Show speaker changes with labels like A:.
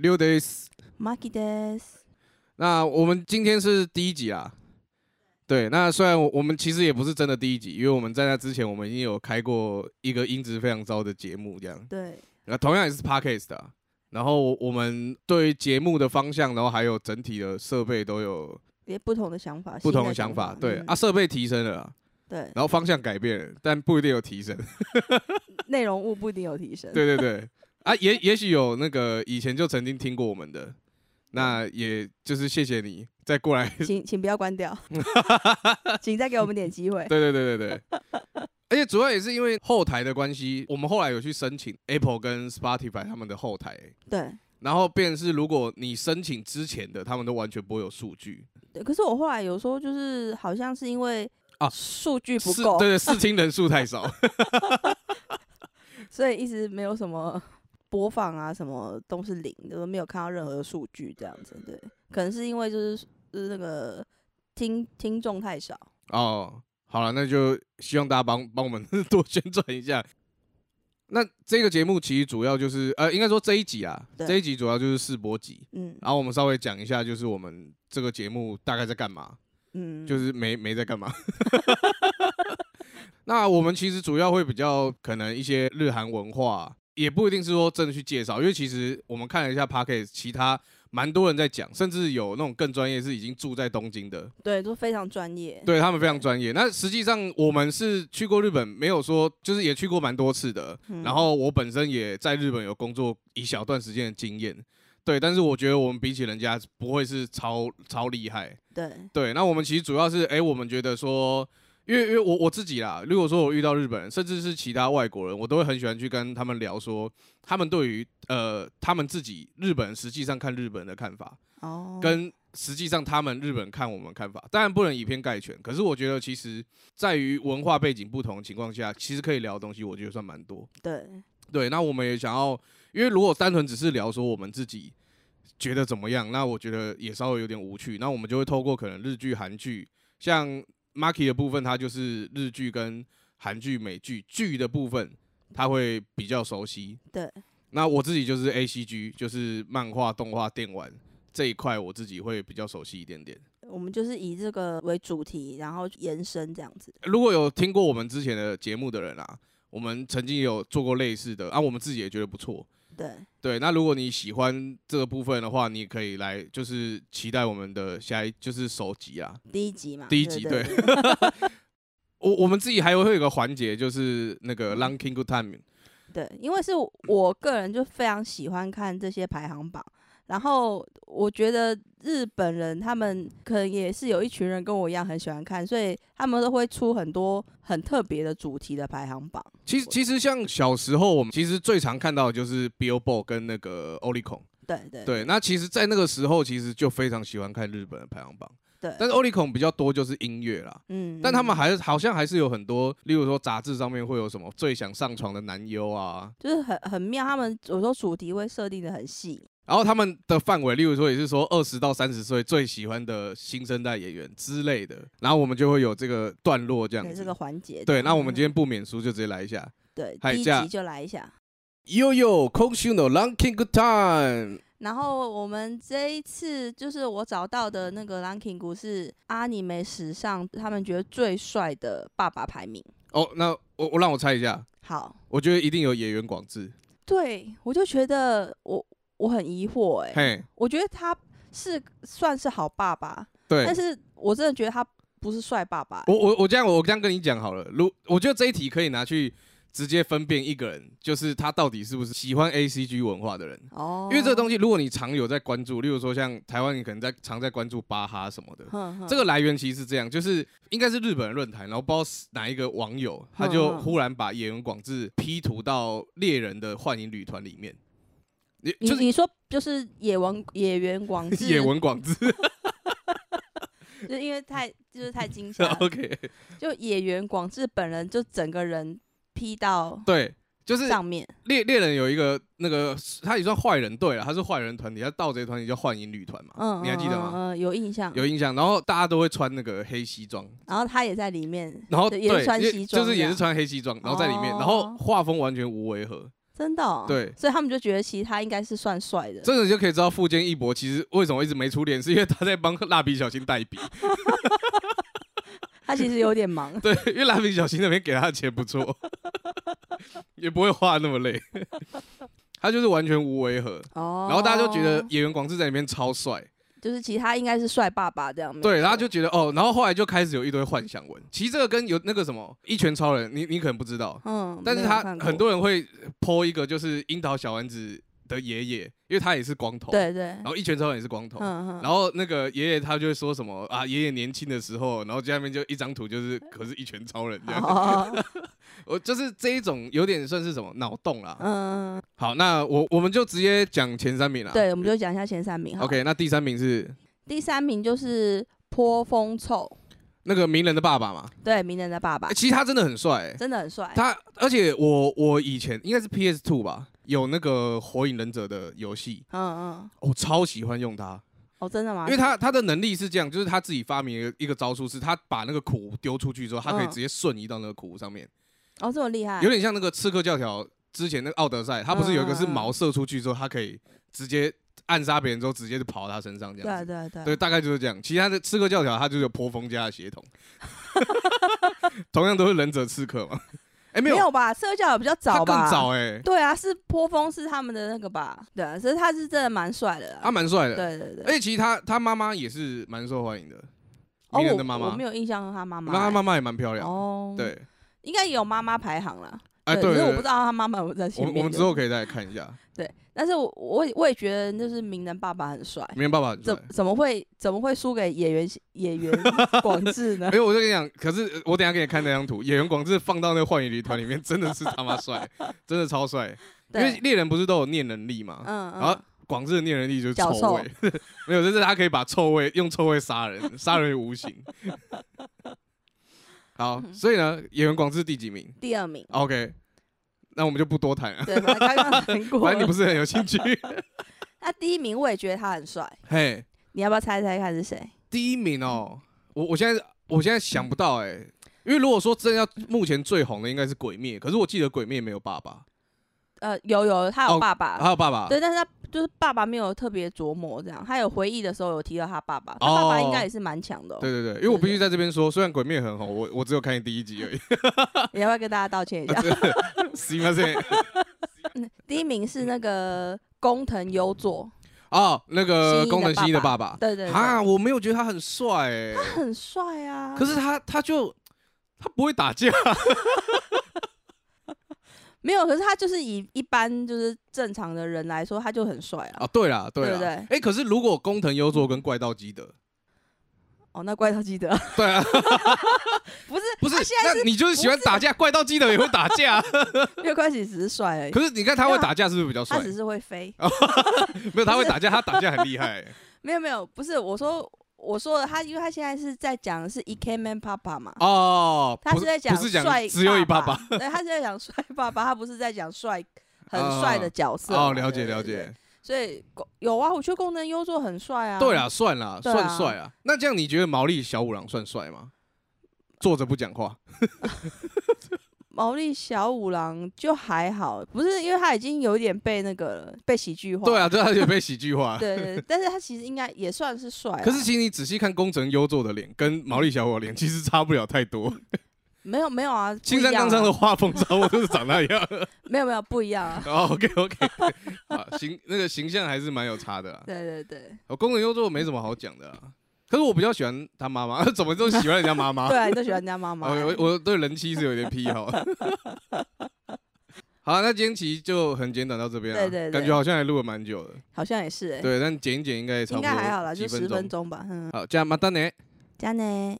A: 六 days。
B: Maki des，
A: 那我们今天是第一集啊，对。那虽然我我们其实也不是真的第一集，因为我们在那之前我们已经有开过一个音质非常糟的节目，这样。
B: 对，
A: 那同样也是 podcast 的啊、然后我我们对于节目的方向，然后还有整体的设备都有
B: 也不同的想法，
A: 不同
B: 新
A: 的
B: 的
A: 想法，对
B: 嗯
A: 啊，设备提升了啊，
B: 对，
A: 然后方向改变了，但不一定有提 升。
B: 内容物不一定有提升，
A: 对对对，啊，也也许有那个以前就曾经听过我们的，那也就是谢谢你再过来。
B: 请请不要 关掉，请再给我们点机会，
A: 对对对对对，而且主要也是因为后台的关系，我们后来有去申请 Apple 跟 Spotify 他们的后台，
B: 对
A: 然后便是如果你申请之前的，他们都完全不会有数据。
B: 对。可是我后来有时候就是好像是因为
A: 啊
B: 数据不
A: 是
B: 够，
A: 对对，试听人数太少。
B: 所以一直没有什么播放啊，什么都是零，都没有看到任何的数据这样子。对，可能是因为就是就是那个听听众太少。
A: 哦，好了，那就希望大家帮帮我们 多宣传一下。那这个节目其实主要就是，呃，应该说这一集啊，
B: 对
A: 这一集主要就是试播集，
B: 嗯
A: 然后我们稍微讲一下，就是我们这个节目大概在干嘛，
B: 嗯，
A: 就是没没在干嘛。 那我们其实主要会比较可能一些日韩文化，也不一定是说真的去介绍，因为其实我们看了一下 p a c k e t 其他蛮多人在讲，甚至有那种更专业是已经住在东京的，
B: 对，都非常专业。
A: 对他们非常专业。那实际上我们是去过日本，没有说就是也去过蛮多次的。
B: 嗯
A: 然后我本身也在日本有工作一小段时间的经验，对。但是我觉得我们比起人家不会是超超厉害，
B: 对
A: 对。那我们其实主要是，哎、我们觉得说。因为因为我我自己啦，如果说我遇到日本人，甚至是其他外国人，我都会很喜欢去跟他们聊说，他们对于呃他们自己日本人实际上看日本人的看法，
B: 哦，
A: 跟实际上他们日本看我们看法，当然不能以偏概全。可是我觉得，其实在于文化背景不同的情况下，其实可以聊的东西，我觉得算蛮多。
B: 对
A: 对，那我们也想要，因为如果单纯只是聊说我们自己觉得怎么样，那我觉得也稍微有点无趣。那我们就会透过可能日剧、韩剧，像 Marky 的部分，它就是日剧跟韩剧、美剧剧的部分，他会比较熟悉。
B: 对，
A: 那我自己就是 A C G，就是漫画、动画、电玩这一块，我自己会比较熟悉一点点。
B: 我们就是以这个为主题，然后延伸这样子。
A: 如果有听过我们之前的节目的人啊，我们曾经也有做过类似的，啊，我们自己也觉得不错。
B: 对
A: 对，那如果你喜欢这个部分的话，你也可以来就是期待我们的下一就是首集啊。
B: 第一集嘛，
A: 第一集
B: 对
A: 对 我我们自己还会有一个环节，就是那个 Ranking Good Time，
B: 对，因为是
A: 嗯
B: 我个人就非常喜欢看这些排行榜，然后我觉得日本人他们可能也是有一群人跟我一样很喜欢看，所以他们都会出很多很特别的主题的排行榜。
A: 其实其实像小时候我们其实最常看到的就是 Billboard 跟那个 Oricon。
B: 对对
A: 对，那其实，在那个时候，其实就非常喜欢看日本的排行榜，
B: 对，
A: 但是 Oricon 比较多就是音乐啦。
B: 嗯，
A: 但他们
B: 嗯
A: 还是好像还是有很多，例如说杂志上面会有什么最想上床的男优啊，
B: 就是很很妙，他们有时候主题会设定的很细。
A: 然后他们的范围，例如说也是说二十到三十岁最喜欢的新生代演员之类的，然后我们就会有这个段落这样
B: 对嗯
A: 子
B: 这。个环节，
A: 对，那我们今
B: 天
A: 天不免俗就直接来一下。
B: 对
A: 嗨
B: 第一
A: 这样
B: 集就来一下。
A: 悠悠空虚的 Ranking Good Time，
B: 然后我们这一次就是我找到的那个 ranking 股是阿尼美史上他们觉得最帅的爸爸排名。
A: 哦，那我我让我猜一下，
B: 好，
A: 我觉得一定有野原广志。
B: 对我就觉得我我很疑惑哎、
A: 嘿，
B: 我觉得他是算是好爸爸，
A: 对，
B: 但是我真的觉得他不是帅爸爸欸、
A: 我我我这样我这样跟你讲好了，如我觉得这一题可以拿去直接分辨一个人，就是他到底是不是喜欢 A C G 文化的人。
B: 哦
A: 因为这个东
B: 西，
A: 西，如果你常有在关注，例如说像台湾，你可能在常在关注巴哈什么的，
B: 哼哼
A: 这个来源其实是这样，就是应该是日本论坛，然后不知道是哪一个网友，他就
B: 嗯嗯
A: 忽然把野原广志 P 图到猎人的幻影旅团里面，你
B: 你、
A: 就是
B: 你说就是野王野原 广志，
A: 野文广志
B: 就因为太就是太 惊吓了，
A: ，OK，
B: 就野原广志本人就整个人 P 到
A: 对，就是
B: 上面，
A: 猎猎人有一个那个，他也算坏人队了，他是坏人团体，他盗贼团体叫幻影旅团嘛，
B: 嗯，
A: 你还记得
B: 嗯
A: 吗？
B: 嗯，嗯有印象。
A: 有印象。然后大家都会穿那个黑西装，
B: 然后他也在里面，
A: 然后
B: 对
A: 对，
B: 也是穿西装
A: 就
B: 这
A: 是也
B: 样
A: 是穿黑西装，然后在里面，
B: 哦
A: 然后画风完全无违和，
B: 真的、哦。
A: 对
B: 所以他们就觉得其实他应该是算帅的。
A: 真的就可以知道富坚义博其实为什么一直没出脸，是因为他在帮蜡笔小新代笔。
B: 他其实有点忙。
A: 对，因为蜡笔小新那边给他的钱不错， 也不会画那么累。他就是完全无违和，
B: 哦。
A: 然后大家就觉得，演员广志在里面超帅，
B: 就是其实他应该是帅爸爸这样。没有
A: 对，然后
B: 错
A: 就觉得哦，然后后来就开始有一堆幻想文。其实这个跟有那个什么《一拳超人》你，你可能不知道，
B: 嗯，
A: 但是
B: 没有
A: 他
B: 看过
A: 很多人会剖一个就是樱桃小丸子的爷爷，因为他也是光头，
B: 对对
A: 然，后《一拳超人》也是光头，
B: 嗯
A: 然后那个爷爷他就会说什么啊，爷爷年轻的时候，然后下面就一张图 就是可是一拳超人这样，
B: 哦，
A: 我就是这一种有点算是什么脑洞啦。
B: 嗯，
A: 好，那我我们就直接讲前三名啦。
B: 对，我们就讲一下前三名好
A: 啊
B: 了。
A: ，OK，那第三名是
B: 第三名就是颇风臭，
A: 那个鸣人的爸爸嘛，
B: 对，鸣人的爸爸
A: 欸、其实他真的很帅、欸，
B: 真的很帅。
A: 他而且我我以前应该是 PS Two 吧，有那个火影忍者的游戏，
B: 嗯嗯，
A: 我超喜欢用它，
B: 哦，真的吗？
A: 因为他他的能力是这样，就是他自己发明一个一个招数，是他把那个苦无丢出去之后，他可以
B: 嗯
A: 直接瞬移到那个苦无上面。
B: 哦这么厉害
A: 有，点像那个刺客教条之前那个奥德赛，他不是有一
B: 嗯
A: 个是矛射出去之后，他可以直接暗杀别人之后直接就跑到他身上这样
B: 对
A: 子。
B: 对对，
A: 对，大概就是这样。其他的刺客教条，它就是有颇风家的血统， 同样都是忍者刺客嘛。哎、没
B: 没
A: 有，
B: 有吧？社交也比较
A: 他
B: 早
A: 更
B: 吧？
A: 早哎、
B: 对啊，是颇风是他们的那个吧？对啊，所以他是真的蛮帅的
A: 他哎
B: 啊。
A: 蛮帅的。
B: 对对对
A: 而，且其实他他妈妈也是蛮受欢迎的，
B: 哦，
A: 鸣人
B: 我
A: 的妈
B: 我
A: 妈
B: 没，有印象他妈妈
A: 那他
B: 欸。
A: 妈妈也蛮漂亮。
B: 哦，，
A: 对，
B: 应该也有妈妈排行啦。
A: 哎、对
B: 只是我
A: 对
B: 不知
A: 对，
B: 道他妈妈有没有在
A: 我
B: 前
A: 们
B: 面。
A: 我们之后可以再看一下。
B: 对，但是我我也我也觉得就是名人爸爸很帅，
A: 明天爸爸很帅
B: 怎。怎么会怎么会输给演员演 员广志呢
A: 没？哎有，我就跟你讲，可是呃我等一下给你看那张图，演员广志放到那个幻影旅团里面，真的是他妈帅，真的超 帅。因为
B: 对，
A: 猎人不是都有念能力嘛，
B: 嗯
A: 然后
B: 嗯，
A: 广志的念能力就是
B: 脚
A: 臭味， 没有，就是他可以把臭味用臭味杀人，杀人于无 形。
B: 嗯
A: 好，所以呢，演员广志第几名
B: 第二名，
A: ？OK，那我们就不多 谈了，
B: 对，反正刚 刚谈过
A: 反正你
B: 了。
A: 不是很有兴趣。
B: 那第一名我也觉得他很帅，
A: 嘿，
B: 你要不要猜猜看是谁？
A: 第一名哦，我我现在我现在想不到哎、因为如果说真的要目前最红的应该是《鬼灭》，可是我记得《鬼灭》没有爸爸，
B: 呃，有有，他有
A: 哦
B: 爸爸，
A: 还有爸爸。
B: 啊对，但是他就是爸爸没有特别琢磨这样，他有回忆的时候有提到他爸爸，他
A: 哦
B: 爸爸应该也是蛮强的、哦。
A: 对对对，因为我必须在这边说，虽然《鬼灭》很红，我我只有看第一集而 已。啊
B: 你要不要跟大家道歉一下？
A: 是吗？是
B: 第一名是那个工藤优作，
A: 哦，那个
B: 新一的
A: 工藤新一的爸爸
B: 对对
A: 啊，
B: 对，
A: 我没有觉得他很帅 哎、
B: 很帅啊。
A: 可是他他就他不会打架，
B: 没有，可是他就是以一般就是正常的人来说，他就很帅啊。
A: 哦，对啦，啦，
B: 对对
A: 哎、可是如果工藤优作跟怪盗基 德，
B: 哦，那怪盗基德
A: 对啊，
B: 不是
A: 不是，
B: 他啊现在
A: 那你就是喜欢打架，怪盗基德也会打 架，啊
B: 没有关系，只是帅而已。
A: 可是你看他会打架是不是比较帅啊
B: 他？只是会飞，
A: 没有，他会打架，他打架很厉害、欸。
B: 没有没有，不是我说我说的他，因为他现在是在讲的是 E K Man 爸爸嘛，
A: 哦，
B: 他
A: 不
B: 是在讲
A: 不是讲
B: 帅，
A: 只有一爸爸。，
B: 对，他是在讲帅爸爸，他不是在讲帅很
A: 哦
B: 帅的角色嘛。
A: 哦，了解
B: 对
A: 了。
B: 对
A: 解
B: 对。所以有啊，我觉得功能优作很帅啊。
A: 对，啦，算啦，
B: 对
A: 算
B: 啊
A: 帅啦。那这样你觉得毛利小五郎算帅吗？坐着不讲话，
B: 毛利小五郎就还好，不是因为他已经有点被那个了，被喜剧化。
A: 对啊，对啊，而且被喜剧化。
B: 对对，对但是他其实应该也算是帅啦。啊
A: 可是其实你仔细看宫城优作的脸跟毛利小五郎脸其实差不了太多，
B: 啊没有没有啊，不
A: 青
B: 一
A: 山
B: 样
A: 刚昌
B: 啊
A: 的画风差不多是长那 样。
B: 没有没有不一样啊。
A: 哦，OK OK，啊，形那个形象还是蛮有差的啊。
B: 对 对对，
A: 哦，宫城优作没什么好讲的啊，可是我比较喜欢他妈妈， 怎么都喜欢人家妈妈。
B: 对啊，你都喜欢人家妈妈 欸。
A: 哦、我我对人妻是有点癖好。 好，那今天其实就很简短到这边了，啊
B: 对对对
A: 感觉好像还录了蛮久的，
B: 好像也是哎，欸
A: 对，但剪一剪应该也差不
B: 应
A: 多，
B: 该还好啦，就
A: 几
B: 十
A: 分钟。
B: 分钟吧。嗯，
A: 好，这样，马丹呢？
B: 加呢。